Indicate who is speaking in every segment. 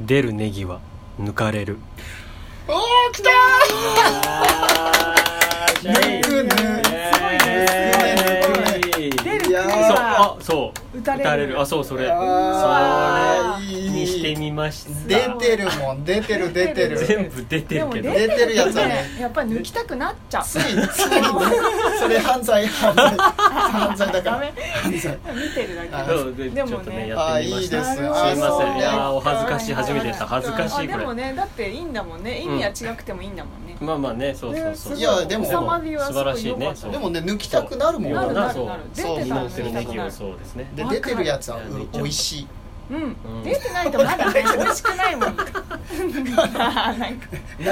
Speaker 1: 出るネギは抜かれる
Speaker 2: おお来た
Speaker 3: 抜く抜く
Speaker 4: 出る
Speaker 3: いやー
Speaker 1: そうあそう
Speaker 4: 打たれる
Speaker 1: あそうそれ
Speaker 3: あ
Speaker 1: そ
Speaker 3: ー
Speaker 1: れ
Speaker 3: いい
Speaker 1: にしてみました
Speaker 3: 出てるもん出てる出てる
Speaker 1: 全部出て
Speaker 4: で
Speaker 1: る
Speaker 4: も
Speaker 1: け
Speaker 4: 出
Speaker 1: ど
Speaker 3: 出てるやつはね
Speaker 4: やっぱり抜きたくなっちゃう
Speaker 3: ついついそれ犯罪犯罪犯罪だか
Speaker 4: ダ
Speaker 3: ら
Speaker 4: メ
Speaker 3: 犯罪
Speaker 4: 見てるだけ
Speaker 3: あ
Speaker 1: そうでち
Speaker 4: で
Speaker 1: ょ
Speaker 4: もね
Speaker 1: っとねやってみました
Speaker 3: あいいです
Speaker 1: すい
Speaker 3: あ
Speaker 1: ませ
Speaker 3: そ
Speaker 1: ん
Speaker 3: う
Speaker 1: いやーお恥ずかしい
Speaker 4: はい
Speaker 1: 初めてやった恥ずかしい
Speaker 4: あ
Speaker 1: こ
Speaker 4: でも
Speaker 1: れ
Speaker 4: ねだっていいんだもんね意味は違くてもいいんだもんね、
Speaker 1: まあまあねそうそうそう
Speaker 3: いやでも
Speaker 4: 収まりはす
Speaker 1: 素晴
Speaker 4: ご
Speaker 1: ら
Speaker 4: い
Speaker 1: しい
Speaker 4: 良か
Speaker 1: ね
Speaker 4: っ
Speaker 1: そ
Speaker 4: た
Speaker 1: う
Speaker 3: でもね抜きたくなるもん
Speaker 4: なるな
Speaker 1: そ
Speaker 4: る
Speaker 1: う
Speaker 4: なる出
Speaker 3: そう
Speaker 4: てたら
Speaker 1: 今する
Speaker 4: 抜
Speaker 1: ネ
Speaker 4: きたく
Speaker 1: ギ
Speaker 4: な
Speaker 1: を
Speaker 4: る
Speaker 1: そうですね
Speaker 3: で出てるやつはう美味しい
Speaker 4: う
Speaker 1: う
Speaker 4: ん
Speaker 1: ん
Speaker 4: 出てないとまだね美味しくな いもんなんか
Speaker 3: 慣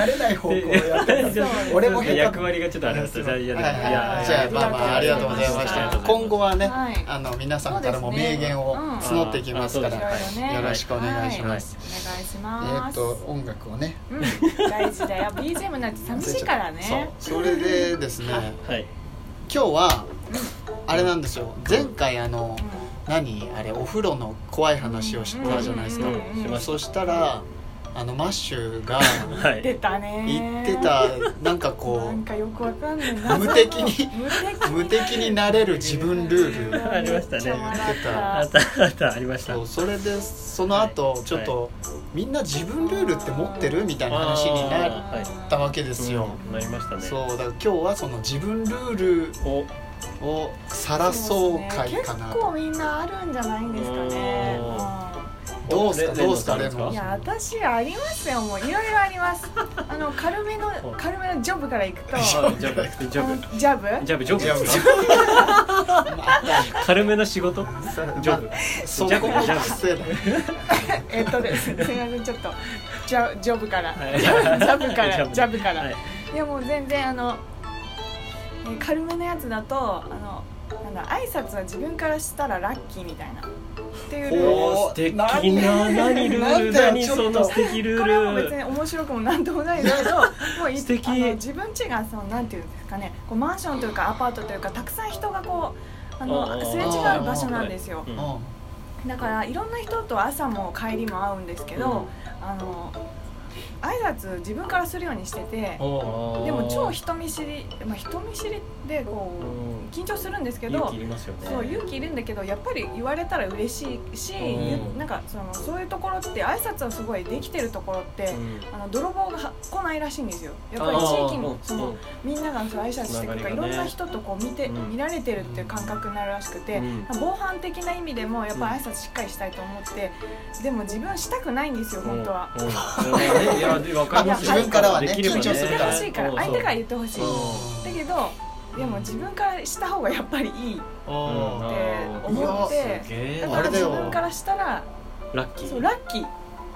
Speaker 3: れない方向をやってた
Speaker 4: そう
Speaker 3: 俺も下手
Speaker 1: 役割がちょっとあれだったじゃあいやでもい
Speaker 3: はいはい
Speaker 1: や
Speaker 3: はいじゃあまあまあありがとうございまし
Speaker 4: ありが
Speaker 3: た
Speaker 4: とうございま
Speaker 3: 今後はね
Speaker 4: はい
Speaker 3: あの皆さんからも名言を
Speaker 4: そう
Speaker 3: 募っていきますか
Speaker 4: い
Speaker 1: あ
Speaker 4: ろい
Speaker 1: ー
Speaker 3: ら
Speaker 4: ろね
Speaker 3: よろしくお願いします
Speaker 4: はいお願いし
Speaker 3: え
Speaker 4: ま
Speaker 3: ーっ
Speaker 4: す
Speaker 3: と音楽をね
Speaker 4: うん大事だよ BGM なんて寂しいからね
Speaker 3: そうそれでですね
Speaker 1: はい
Speaker 3: 今日はあれなんですよ前回あの何あれお風呂の怖い話をしたじゃないですか
Speaker 1: うんうんうんうん
Speaker 3: そしたらあのマッシュが
Speaker 1: は
Speaker 4: 出
Speaker 1: い
Speaker 4: たね
Speaker 3: 言ってたなんか
Speaker 4: な
Speaker 3: こ
Speaker 4: んかよくわかんないな
Speaker 3: う無敵に
Speaker 4: 無敵
Speaker 3: 無敵になれる自分ルール
Speaker 1: ありましたね
Speaker 4: めっちゃ笑った
Speaker 1: あったあったありました
Speaker 3: そうそれでその後ちょっとみんな自分ルールって持ってるみたいな話にな
Speaker 1: はい
Speaker 3: ったわけですよ
Speaker 1: うんなりましたね
Speaker 3: そうだから今日はその自分ルール
Speaker 1: お
Speaker 3: をさらそう
Speaker 4: そう
Speaker 3: 会
Speaker 4: ですね
Speaker 3: かな
Speaker 4: 結
Speaker 3: と
Speaker 4: 構みんなあるんじゃないんですかね
Speaker 1: うん
Speaker 3: どうすか
Speaker 1: レ
Speaker 3: どうすか
Speaker 1: レ
Speaker 3: で
Speaker 1: モンさん
Speaker 3: も
Speaker 4: いや私ありますよもういろいろあり ますあの軽めの軽めのジョブからいくと
Speaker 1: あジャブ ジャ
Speaker 4: あの
Speaker 1: ブ
Speaker 4: ジャブ
Speaker 1: ジャブジョブ
Speaker 3: ジャブ
Speaker 1: 軽めの仕事ジョブ
Speaker 3: そこも癖だ
Speaker 4: えっとですねすいませんちょっとジャジョブから、
Speaker 1: はい
Speaker 4: ジャブか
Speaker 1: ジャ
Speaker 4: ら
Speaker 1: ブ
Speaker 4: ジャブから、
Speaker 1: はい
Speaker 4: い、やもう全然あのえー軽めのやつだとあのなんだ挨拶は自分からしたらラッキーみたいなっていうルール
Speaker 1: おー素敵な何ルール何その素敵ル
Speaker 4: これはもう
Speaker 1: ー
Speaker 4: 別
Speaker 1: ル
Speaker 4: に面白くもなんともない んだけどもうい
Speaker 1: 素敵
Speaker 4: あの自分家がそのなんていうんですかねこうマンションというかアパートというかたくさん人がこうあ
Speaker 1: あ
Speaker 4: の
Speaker 1: ー
Speaker 4: すれ違う場所なんですよ
Speaker 1: うん
Speaker 3: う
Speaker 4: だからいろんな人と朝も帰りも会うんですけど、あの挨拶自分からするようにしてて
Speaker 3: んお
Speaker 1: あー
Speaker 4: でも超人見知り、まあ、人見知りでこ
Speaker 1: うん
Speaker 4: う緊張するんですけど
Speaker 1: 勇気いりますよね
Speaker 4: そう勇気いるんだけどやっぱり言われたら嬉しいし、
Speaker 1: うん
Speaker 4: なんかそのそういうところって挨拶はすごいできてるところって、
Speaker 1: うん
Speaker 4: あの泥棒が来ないらしいんですよやっぱり地域
Speaker 1: あ
Speaker 4: の
Speaker 1: ー
Speaker 4: そのみんながそう挨拶してくる
Speaker 1: つなが
Speaker 4: から、
Speaker 1: りが
Speaker 4: いろ
Speaker 1: ね
Speaker 4: んな人とこう見て、
Speaker 1: うん
Speaker 4: 見られてるっていう感覚になるらしくて、
Speaker 1: うん
Speaker 4: 防犯的な意味でもやっぱり挨拶しっかりしたいと思ってでも自分はしたくないんですよ本当は。
Speaker 1: うんうんいやでわかります
Speaker 4: 自分
Speaker 3: からはね
Speaker 1: できれば
Speaker 4: 緊
Speaker 3: 緊
Speaker 4: 張
Speaker 3: 張
Speaker 4: す
Speaker 3: す
Speaker 4: る
Speaker 3: る
Speaker 4: か
Speaker 3: からら
Speaker 4: しいから相手から言ってほしい
Speaker 1: うん
Speaker 4: だけどでも自分からした方がやっぱりいいって
Speaker 1: うん
Speaker 4: 思っ
Speaker 3: い
Speaker 4: て
Speaker 1: すげえ
Speaker 4: だ
Speaker 1: な
Speaker 3: あ
Speaker 4: から
Speaker 3: れだ
Speaker 4: 自
Speaker 3: よ
Speaker 4: 分からしたら
Speaker 1: ラッキ
Speaker 4: そう
Speaker 1: ー
Speaker 4: ラッキー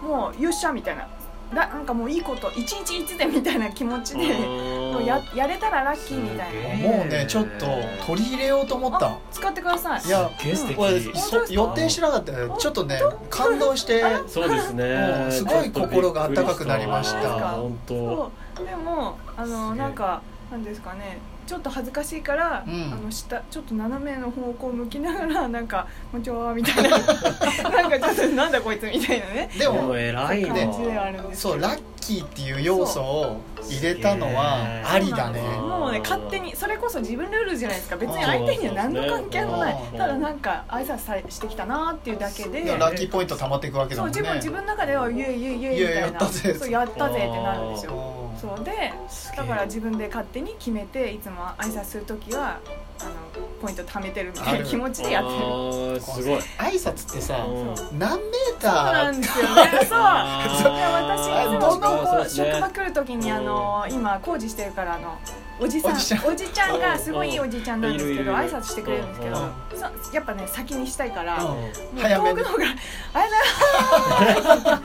Speaker 4: もうよっしゃみたいなだなんかもういいこと一日一でみたいな気持ちでもうややれたらラッキーみたい
Speaker 1: すげ
Speaker 4: な
Speaker 1: え
Speaker 3: もうねちょっと取り入れようと思った
Speaker 4: あ使ってください
Speaker 3: いや
Speaker 1: すっげえ素敵
Speaker 3: 俺
Speaker 4: 当
Speaker 3: そ
Speaker 4: ですか
Speaker 3: 予定してなかったよちょっとね感動して
Speaker 1: そうです
Speaker 3: う
Speaker 1: ね
Speaker 3: んすごい心が温かくなりました
Speaker 1: 本当
Speaker 4: そうでもあ
Speaker 1: すげ
Speaker 4: の
Speaker 1: え
Speaker 4: なんかなんですかねちょっと恥ずかしいから、
Speaker 3: うん
Speaker 4: あの下ちょっと斜めの方向向きながら なんか「こんにちは」みたいななんかちょっと「なんだこいつ」みたいなね
Speaker 3: で
Speaker 1: で
Speaker 3: も
Speaker 1: も偉い
Speaker 4: 感
Speaker 1: ね
Speaker 4: じではあるんですけど
Speaker 3: そうラッキーっていう要素を入れたのは
Speaker 1: そう
Speaker 3: ありだね
Speaker 4: そうなんですもうね勝手にそれこそ自分ルールじゃないですか別に相手には何の関係もない
Speaker 3: そうそうそう
Speaker 1: ね
Speaker 4: ただなんか挨拶されしてきたなーっていうだけで
Speaker 3: いやラッキーポイント溜まっていくわけだ
Speaker 4: そ
Speaker 3: も
Speaker 4: う
Speaker 3: んね
Speaker 4: 自分自分の中では「イエイイエイイエイ」み
Speaker 3: いや
Speaker 4: た
Speaker 3: や
Speaker 4: い
Speaker 3: っ
Speaker 4: な
Speaker 3: たぜ
Speaker 4: そうやったぜってなるんですよ
Speaker 3: うん
Speaker 4: そうでだから自分で勝手に決めていつも挨拶する時はあのポイント貯めてるみたい
Speaker 3: あ
Speaker 4: な
Speaker 3: る
Speaker 4: 気持ちでやってる
Speaker 1: るすごい
Speaker 3: 挨拶ってさ
Speaker 1: うん
Speaker 4: そう
Speaker 3: 何メー
Speaker 4: そうな
Speaker 3: タ
Speaker 4: ん
Speaker 3: ー
Speaker 4: ですよねそう
Speaker 1: あー
Speaker 4: いや私いつも
Speaker 3: どんど
Speaker 1: ん
Speaker 4: こ
Speaker 1: そう
Speaker 4: う
Speaker 1: ですね
Speaker 4: 職場来る時にあの今工事してるからあのおじさん
Speaker 3: おじちゃん
Speaker 4: おじちゃんがすごいいいおじちゃんなんですけ
Speaker 1: いる
Speaker 4: ど
Speaker 1: いるい
Speaker 4: 挨
Speaker 1: る
Speaker 4: 拶してくれるんですけど
Speaker 1: うん
Speaker 4: そうやっぱね先にしたいから
Speaker 3: うん
Speaker 4: もう
Speaker 3: 早め
Speaker 4: 遠
Speaker 3: に
Speaker 4: くの方が「あれだ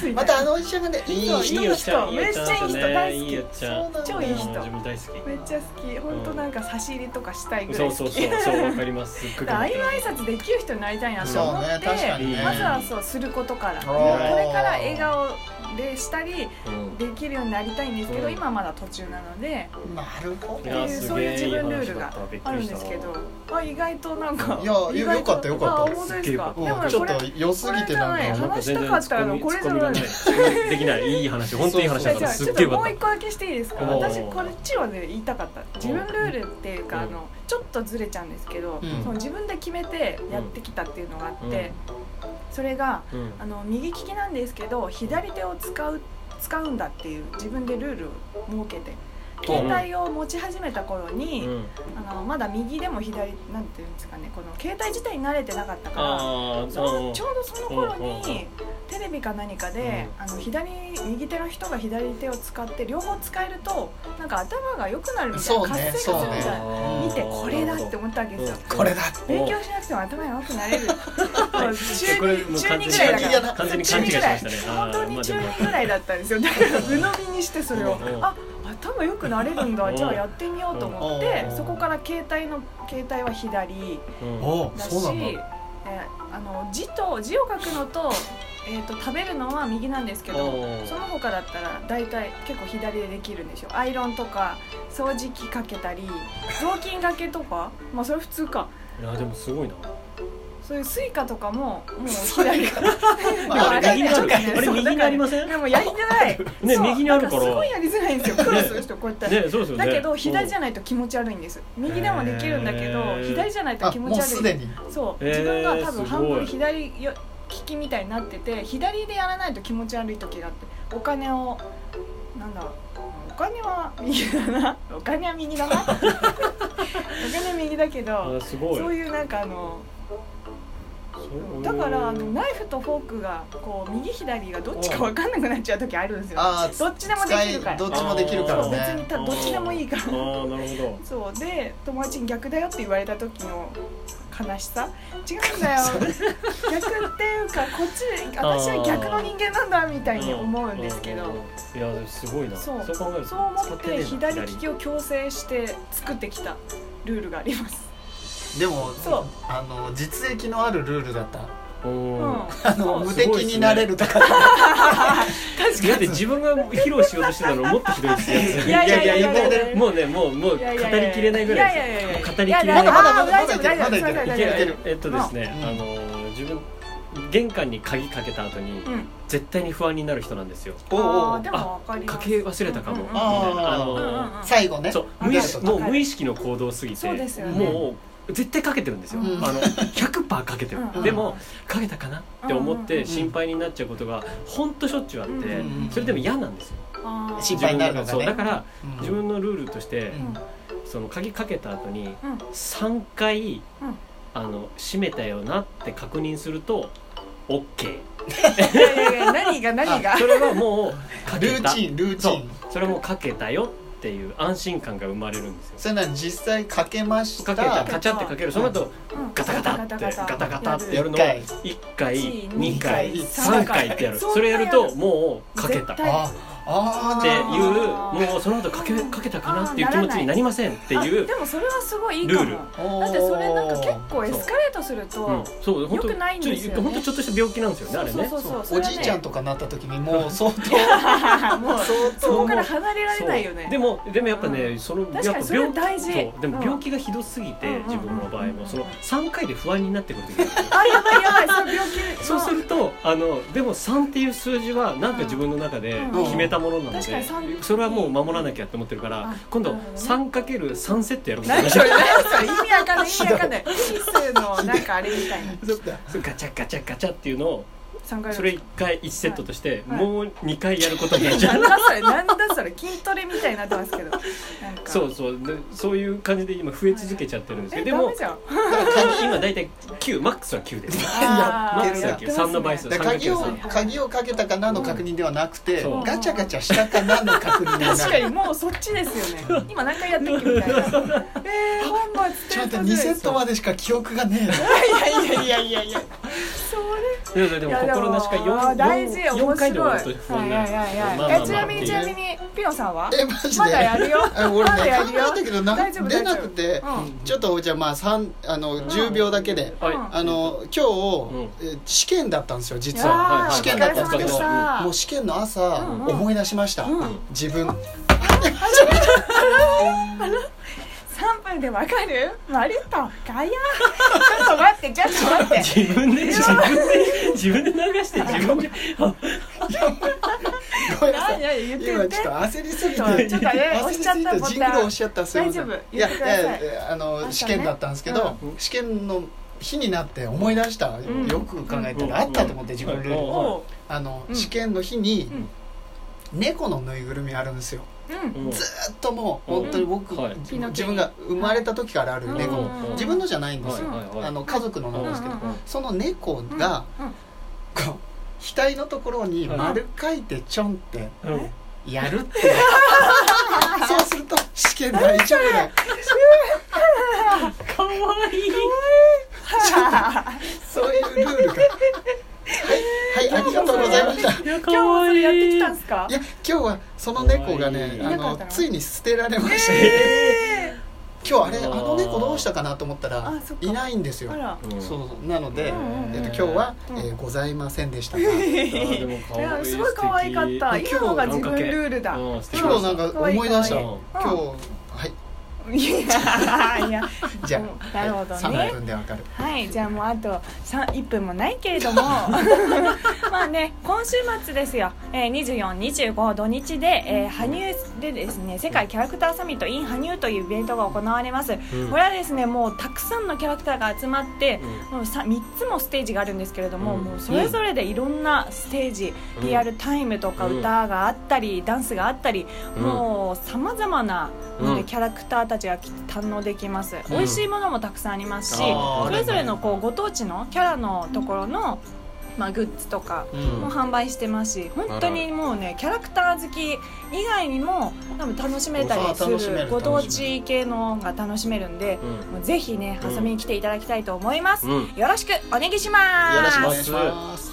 Speaker 4: スみ
Speaker 3: ま
Speaker 4: たいな
Speaker 3: たあのおじちゃんがねいい人
Speaker 4: いいよ人めっちゃいい人大好き
Speaker 1: いいよち
Speaker 3: そう
Speaker 1: ゃん
Speaker 3: なんだよ
Speaker 4: 超いい人
Speaker 1: 自分大好
Speaker 4: めっちゃ好き本当なんか差し入れとかしたい
Speaker 1: き
Speaker 4: ぐら
Speaker 1: そ
Speaker 4: いう好き
Speaker 1: そうそうそうわかりますすっごく
Speaker 4: ああいう挨拶できる人になりたいなと思って、
Speaker 3: そうね確かに
Speaker 1: ね
Speaker 4: まずはそうすることから
Speaker 3: ー
Speaker 4: これから笑顔でしたり
Speaker 1: うん
Speaker 4: できるようになりたいんですけど、
Speaker 1: うん
Speaker 4: 今まだ途中なので
Speaker 3: なるほ
Speaker 1: い
Speaker 3: ど
Speaker 1: や
Speaker 4: っていう
Speaker 1: す
Speaker 4: そう
Speaker 1: げ
Speaker 4: いう
Speaker 1: え
Speaker 4: 自分ルール
Speaker 1: いい話
Speaker 4: が
Speaker 1: だったびっ
Speaker 4: あ
Speaker 1: く
Speaker 4: る
Speaker 1: り
Speaker 4: ん
Speaker 1: した
Speaker 4: ですけどあ意外となんか
Speaker 3: いや
Speaker 4: 意外と
Speaker 3: よかったよかった
Speaker 4: あ本当ですか
Speaker 1: す
Speaker 4: でも
Speaker 3: う
Speaker 4: ね
Speaker 3: んちょ
Speaker 4: こ
Speaker 3: っ
Speaker 4: れ
Speaker 3: と良すぎてなん
Speaker 4: これじゃな
Speaker 3: か
Speaker 4: い話したかったらこれじゃない
Speaker 1: ツッコミツッコミがねでき ないいい話本当にいい話だっ
Speaker 4: じ
Speaker 1: た
Speaker 4: ゃあ
Speaker 1: す
Speaker 4: ちょ
Speaker 1: っ
Speaker 4: っ
Speaker 1: げえ
Speaker 4: と
Speaker 1: よか
Speaker 4: も
Speaker 1: っ
Speaker 4: う一個だけしていいですか
Speaker 1: おー
Speaker 4: 私これちはね言いたかった自分ルールっていうかあのちょっとずれちゃうんですけど、
Speaker 3: うん
Speaker 4: その自分で決めてやってきたっていうのがあって、それが
Speaker 1: たうん
Speaker 4: あの右利きなんですけど左手を使う使うんだっていう自分でルールを設けて携帯を持ち始めた頃に、
Speaker 1: うん
Speaker 4: あのまだ右でも左なんていうんですかねこの携帯自体に慣れてなかったから
Speaker 1: あー
Speaker 4: そのちょ
Speaker 1: う
Speaker 4: うどその頃
Speaker 1: うんうんうん
Speaker 4: にテレビか何かで、あの左右手の人が左手を使って両方使えるとなんか頭が良くなるみたい
Speaker 3: そ
Speaker 4: な
Speaker 3: うね
Speaker 4: 活性化するみたいな、
Speaker 1: ん
Speaker 4: 見てこれだって思ったわけですよ。
Speaker 3: これだ
Speaker 4: 勉強しなくても頭が良くな れる中
Speaker 1: これもう
Speaker 4: 二中
Speaker 1: 完
Speaker 4: 二
Speaker 1: 全
Speaker 4: ぐ
Speaker 1: に
Speaker 4: らいだから
Speaker 1: 完全に勘違いしましたねあ
Speaker 4: 本
Speaker 1: ー
Speaker 4: 当に中
Speaker 1: まあ
Speaker 4: 2ぐらいだったんですよだから鵜呑みにしてそれを
Speaker 1: うん
Speaker 4: あ頭良くなれるん
Speaker 1: う
Speaker 4: だ
Speaker 1: ん
Speaker 4: じゃあやってみようと思って
Speaker 1: うん
Speaker 4: そこから携帯の携帯は左
Speaker 1: でも
Speaker 3: お
Speaker 4: だし
Speaker 3: そうなんだ
Speaker 4: えーあの字と字を書くのと,、えー、と食べるのは右なんですけど
Speaker 1: うん
Speaker 4: その他だったら大体結構左でできるんですよアイロンとか掃除機かけたり雑巾がけとかまあそれ普通か
Speaker 1: うんいやでもすごいな
Speaker 4: そういうスイカとかももう左か
Speaker 3: まあ
Speaker 1: あれ右にあるあれ右にありません
Speaker 4: でもやりづらい
Speaker 1: ね
Speaker 4: そう
Speaker 1: 右にあるから
Speaker 4: なんすごいやりづらいんですよクロスの人こうやって、
Speaker 1: ねそうですよね
Speaker 4: だけど左じゃ
Speaker 1: ない
Speaker 4: ないと気持ち悪いんです右でもできるんだけど、
Speaker 1: へー
Speaker 4: 左じゃないと
Speaker 3: あ
Speaker 4: 気持
Speaker 3: も
Speaker 4: ち
Speaker 3: う
Speaker 4: 悪い
Speaker 3: すでに
Speaker 4: そう
Speaker 1: へー
Speaker 4: 自分が多分半
Speaker 1: すご
Speaker 4: 分
Speaker 1: い
Speaker 4: 左よ利きみたいになってて左でやらないと気持ち悪い時があってお金をなんだお金は右だなお金は右 だなお金は右だけど
Speaker 1: すごい
Speaker 4: そういうなんかあの
Speaker 1: そう
Speaker 4: だからあのナイフとフォークがこう右左がどっちか分かんなくなっちゃう時あるんですよ
Speaker 3: あー
Speaker 4: どっちでもできるか
Speaker 3: 使い
Speaker 4: ら
Speaker 3: どっちもできるから
Speaker 4: そう別に
Speaker 3: ね
Speaker 4: たどっちでもいいから
Speaker 1: ああなるほど
Speaker 4: そうで友達に逆だよって言われた時の悲しさ違う んだよ逆っていうかこっち私は逆の人間なんだみたいに思うんですけど
Speaker 1: いやでもすごいな
Speaker 4: そう
Speaker 1: 考えると
Speaker 4: そう思っ
Speaker 1: 使ねえ
Speaker 4: て
Speaker 1: な
Speaker 4: 左利きを強制して作ってきたルールがあります
Speaker 3: でも
Speaker 4: そう
Speaker 3: あの実益のあるルールだった
Speaker 1: うん
Speaker 4: うん
Speaker 3: あの
Speaker 4: そう
Speaker 3: 無敵になれるとか
Speaker 4: 確
Speaker 1: だ
Speaker 4: か
Speaker 1: って自分が披露しようとしてたのもっとひどいですよ
Speaker 4: にいやいやいやいやいやいや
Speaker 1: もうねもうもう語りきれないぐらい
Speaker 4: いやいやいや
Speaker 1: です
Speaker 4: いや
Speaker 1: よ語りきれない
Speaker 4: いや
Speaker 1: い
Speaker 4: いやあー大丈夫大丈夫
Speaker 3: まだいけるまだい
Speaker 1: け
Speaker 3: ける
Speaker 4: すません
Speaker 3: いける
Speaker 1: ええっとですね
Speaker 3: うん
Speaker 1: あのー自分玄関に鍵かけた後に
Speaker 4: うん
Speaker 1: 絶対に不安になる人なんですよ
Speaker 3: おうお
Speaker 4: あー
Speaker 3: う
Speaker 4: でも分かりま
Speaker 1: か
Speaker 4: す
Speaker 1: け忘れたかもみたい
Speaker 3: あー
Speaker 1: なあの
Speaker 4: うんうんうん
Speaker 1: ー
Speaker 3: 最後ね
Speaker 1: そう
Speaker 4: あ
Speaker 1: 無意識
Speaker 3: なる
Speaker 1: も
Speaker 4: ほど
Speaker 1: う無意識の行動すぎて
Speaker 4: そうですよね
Speaker 1: もう絶対かけてるんですよ、
Speaker 3: うん
Speaker 1: あの100%かけてる、
Speaker 4: うんうん
Speaker 1: でもかけたかなって思っ
Speaker 4: うんう
Speaker 1: て
Speaker 3: ん
Speaker 1: 心配になっちゃうことが本当しょっちゅうあって、
Speaker 4: うん
Speaker 3: うん
Speaker 1: それでも嫌なんですよ
Speaker 4: あー
Speaker 3: 心配になるのがね
Speaker 1: 自分の中でそうだから
Speaker 3: うん
Speaker 1: 自分のルールとして、
Speaker 3: うん
Speaker 1: その鍵かけた後に
Speaker 4: うん
Speaker 1: 3回、
Speaker 4: うん
Speaker 1: あの閉めたよなって確認すると OK
Speaker 4: いやいやいや何が何が
Speaker 1: それはもうか
Speaker 3: ル
Speaker 1: け
Speaker 3: ー
Speaker 1: た
Speaker 3: チンルーチ
Speaker 1: そう
Speaker 3: ン
Speaker 1: それはもうかけたよっていう安心感が生まれるんですよ
Speaker 3: それなら実際かけまし
Speaker 1: か
Speaker 3: た
Speaker 1: けたカチャってかけるその後
Speaker 4: うん
Speaker 1: ガタガタってガタガタってやるのを
Speaker 3: やる
Speaker 1: 1回
Speaker 4: 一
Speaker 1: 2回
Speaker 3: 二
Speaker 1: 3回ってやる
Speaker 4: そんな
Speaker 1: それやるともうかけたっ
Speaker 4: 絶
Speaker 1: て
Speaker 4: 対
Speaker 1: い
Speaker 3: ああー
Speaker 1: う
Speaker 3: なるほど
Speaker 4: あー
Speaker 1: もうその後かけかけたかなっていう
Speaker 4: あー
Speaker 1: 気
Speaker 4: ならない
Speaker 1: 持ちになりませんっていう
Speaker 4: でもそれはすごいいいか
Speaker 1: ル
Speaker 4: も
Speaker 1: ー
Speaker 4: だってそれなんか結構エスカレートする
Speaker 1: う
Speaker 4: と
Speaker 1: んそう本当
Speaker 4: 良くないんです
Speaker 1: ち
Speaker 4: よね
Speaker 1: ょっと本当ちょっとした病気なんですよねあれね
Speaker 4: そうそうそう
Speaker 3: おじいちゃんとかなった時にもう相当
Speaker 4: かもう
Speaker 3: 相
Speaker 4: そこ
Speaker 3: 当
Speaker 4: から離れられないよ
Speaker 1: そ
Speaker 4: ね
Speaker 1: うでもでもやっぱね、
Speaker 4: う
Speaker 1: その
Speaker 4: 確かにそれは大事
Speaker 1: やっぱ病気そうで
Speaker 4: うん
Speaker 1: も病気がひどすぎて、
Speaker 4: うん
Speaker 1: 自分の場合
Speaker 4: うん
Speaker 1: もその3回で不安になってくる時があるんですよ
Speaker 4: あやばいやばいその病気
Speaker 1: そうするとあのでも3っていう数字はなんか自分の中で
Speaker 4: うん
Speaker 1: 決めたものなので、
Speaker 4: 確かに三
Speaker 1: それはもう守らなきゃって思ってるから、
Speaker 4: うん
Speaker 1: 今度
Speaker 4: うん
Speaker 1: 3×3 セットやろう
Speaker 4: 何
Speaker 1: そ
Speaker 4: それ何それ意味わかんない意味わかんないテニスのなんかあれみたいな
Speaker 1: うそうガチャガチャガチャっていうのを
Speaker 4: 三回
Speaker 1: それ1回1セットとして、
Speaker 4: はい
Speaker 1: もう2回やることになっちゃう
Speaker 4: なんだそれなんだそれ筋トレみたいになってますけどなんか
Speaker 1: そうそうでそういう感じで今増え続けちゃってるんです
Speaker 4: え
Speaker 1: けど、
Speaker 4: ダ
Speaker 1: でも
Speaker 4: メじゃん
Speaker 1: 今大体9マックスは9です
Speaker 4: あ
Speaker 1: マ
Speaker 4: ー
Speaker 1: ックス
Speaker 4: や
Speaker 1: は
Speaker 4: って
Speaker 1: 9
Speaker 4: ますね
Speaker 1: 3の倍数
Speaker 3: だから鍵を
Speaker 1: 3×3
Speaker 3: 鍵をかけたかなの確認ではなくて、
Speaker 1: そう
Speaker 3: ガチャガチャしたかなの確認になる
Speaker 4: 確かにもうそっちですよ ね今何回やったっけみたいなえー本末
Speaker 3: ちょっと
Speaker 4: 転
Speaker 3: 2
Speaker 4: 倒
Speaker 3: セ
Speaker 4: で
Speaker 3: ットまでしか記憶がねえの
Speaker 4: いやいやいやいやいやそう
Speaker 1: いやいやでも
Speaker 4: いやでも
Speaker 1: 心なしか
Speaker 4: あー
Speaker 1: 4
Speaker 4: 大事面白い
Speaker 1: 回で終わると
Speaker 4: はいはいはいはい、
Speaker 1: まあまあまあ
Speaker 4: えちなみにちなみにピノさんは
Speaker 3: えマジで
Speaker 4: まだや るよ
Speaker 3: あ俺
Speaker 4: まだや
Speaker 3: ね考
Speaker 4: るよ
Speaker 3: えたけどな
Speaker 4: 大丈夫
Speaker 3: 出なくて
Speaker 4: 大丈夫うん
Speaker 3: ちょっとじゃあまあ三あの10秒だけで
Speaker 1: はい
Speaker 3: あの今
Speaker 1: うん
Speaker 3: 日え試験だったんですよ
Speaker 4: い
Speaker 3: 実
Speaker 4: やー
Speaker 3: は
Speaker 1: はいはい
Speaker 4: お疲れ様で
Speaker 3: 試験
Speaker 4: した
Speaker 3: もう試験の朝
Speaker 4: うんうん
Speaker 3: 思い出しました
Speaker 4: うん
Speaker 3: 自分
Speaker 4: 3分でわかるマリットガヤ ちょっと待ってちょっと待って
Speaker 1: 自分で自分で自分で流して自分であ
Speaker 3: ごめんなさ
Speaker 4: 何
Speaker 3: い
Speaker 4: 何言って言っ
Speaker 3: 今
Speaker 4: て
Speaker 3: ちょっと焦りすぎて
Speaker 4: ちょっとね
Speaker 3: 焦
Speaker 4: 押
Speaker 3: り
Speaker 4: し
Speaker 3: す
Speaker 4: ちゃっ
Speaker 3: ぎ
Speaker 4: た
Speaker 3: て
Speaker 4: ボ
Speaker 3: ジングル
Speaker 4: タン
Speaker 3: 押しちゃったすいません
Speaker 4: 大丈夫
Speaker 3: いや
Speaker 4: 言ってください
Speaker 3: いやあの
Speaker 4: ね
Speaker 3: 試験だったんですけど試験の日になって思い出した
Speaker 4: ん
Speaker 3: よく考えた
Speaker 1: うん
Speaker 3: らあったと思って自分ルール
Speaker 1: うん
Speaker 4: おう
Speaker 3: あの
Speaker 4: うん
Speaker 3: 試験の日に
Speaker 4: うん
Speaker 3: 猫のぬいぐるみあるんですよ
Speaker 4: うん
Speaker 1: うん
Speaker 3: ずーっともう本当に僕、
Speaker 1: うんはい
Speaker 3: 自自分が生まれた時からある
Speaker 4: うん
Speaker 3: 猫、
Speaker 1: うん
Speaker 3: 自分のじゃないんですよ、
Speaker 1: はいはいはい
Speaker 3: あの家族のなんですけど、
Speaker 4: うんうんうん
Speaker 3: その猫が、 こう額のところに丸書いてちょんって
Speaker 1: うんうん
Speaker 3: やるっていう、そうすると試験大丈夫だよ
Speaker 1: かわいい
Speaker 3: そういうルールがはい、 はい、ありがとうございました
Speaker 1: いやか
Speaker 4: 今日も
Speaker 1: わい
Speaker 4: そ
Speaker 1: い
Speaker 4: れやってきたんすか
Speaker 3: いや今日はその猫が
Speaker 1: い
Speaker 3: ね
Speaker 1: な
Speaker 3: あ
Speaker 4: かったの
Speaker 3: のついに捨てられまして、
Speaker 4: え
Speaker 3: 今日あれあの猫どうしたかなと思ったら
Speaker 4: あそっか
Speaker 3: いないんです
Speaker 4: ー
Speaker 3: よ
Speaker 4: あら
Speaker 1: うん
Speaker 3: そうそうなので、
Speaker 4: うんうん
Speaker 3: えっと、今日は、
Speaker 4: うん
Speaker 3: えーございませんでしたが
Speaker 1: あーでも可
Speaker 4: い
Speaker 1: 愛
Speaker 4: やすごい可愛かった
Speaker 1: 素敵
Speaker 4: 今のが自分ルールだ
Speaker 1: うん素敵
Speaker 3: 今日なんか思い出した
Speaker 1: 可愛い
Speaker 3: 今
Speaker 4: 可
Speaker 3: 日
Speaker 4: 愛い
Speaker 3: はい
Speaker 4: いやいや
Speaker 3: じゃ
Speaker 4: うん
Speaker 3: あ、
Speaker 4: なるほどね
Speaker 3: 3分でわかる
Speaker 4: はいじゃあもうあと1分もないけれど もまあね今週末ですよ、えー、2425土日で、えー羽生でですね世界キャラクターサミット in 羽生というイベントが行われます、
Speaker 1: ん
Speaker 4: これはですねもうたくさんのキャラクターが集まって、
Speaker 1: う
Speaker 4: もうさ3つもステージがあるんですけれども、
Speaker 1: うん
Speaker 4: もうそれぞれでいろんなステージ、
Speaker 1: うん
Speaker 4: リアルタイムとか
Speaker 1: うん
Speaker 4: 歌があったり、ダンスがあったり、
Speaker 1: うん
Speaker 4: もうさまざまなの
Speaker 1: う
Speaker 4: で
Speaker 1: ん
Speaker 4: キャラクターたちがき堪能できます、
Speaker 1: うん
Speaker 4: 美味しいものもたくさんありますし、
Speaker 3: あー
Speaker 4: それぞれのこうご当地のキャラのところの、まあ、グッズとか
Speaker 3: うん
Speaker 4: も販売してますし本当にもうねキャラクター好き以外にも多分楽しめたりす
Speaker 3: あ楽しめ
Speaker 4: る
Speaker 3: る
Speaker 4: ご当地系のが楽しめるんで、もうぜひね
Speaker 1: うん
Speaker 4: 遊びに来ていただきたいと思います、
Speaker 1: うん
Speaker 4: よろしくお願いします
Speaker 3: よろしくお願いします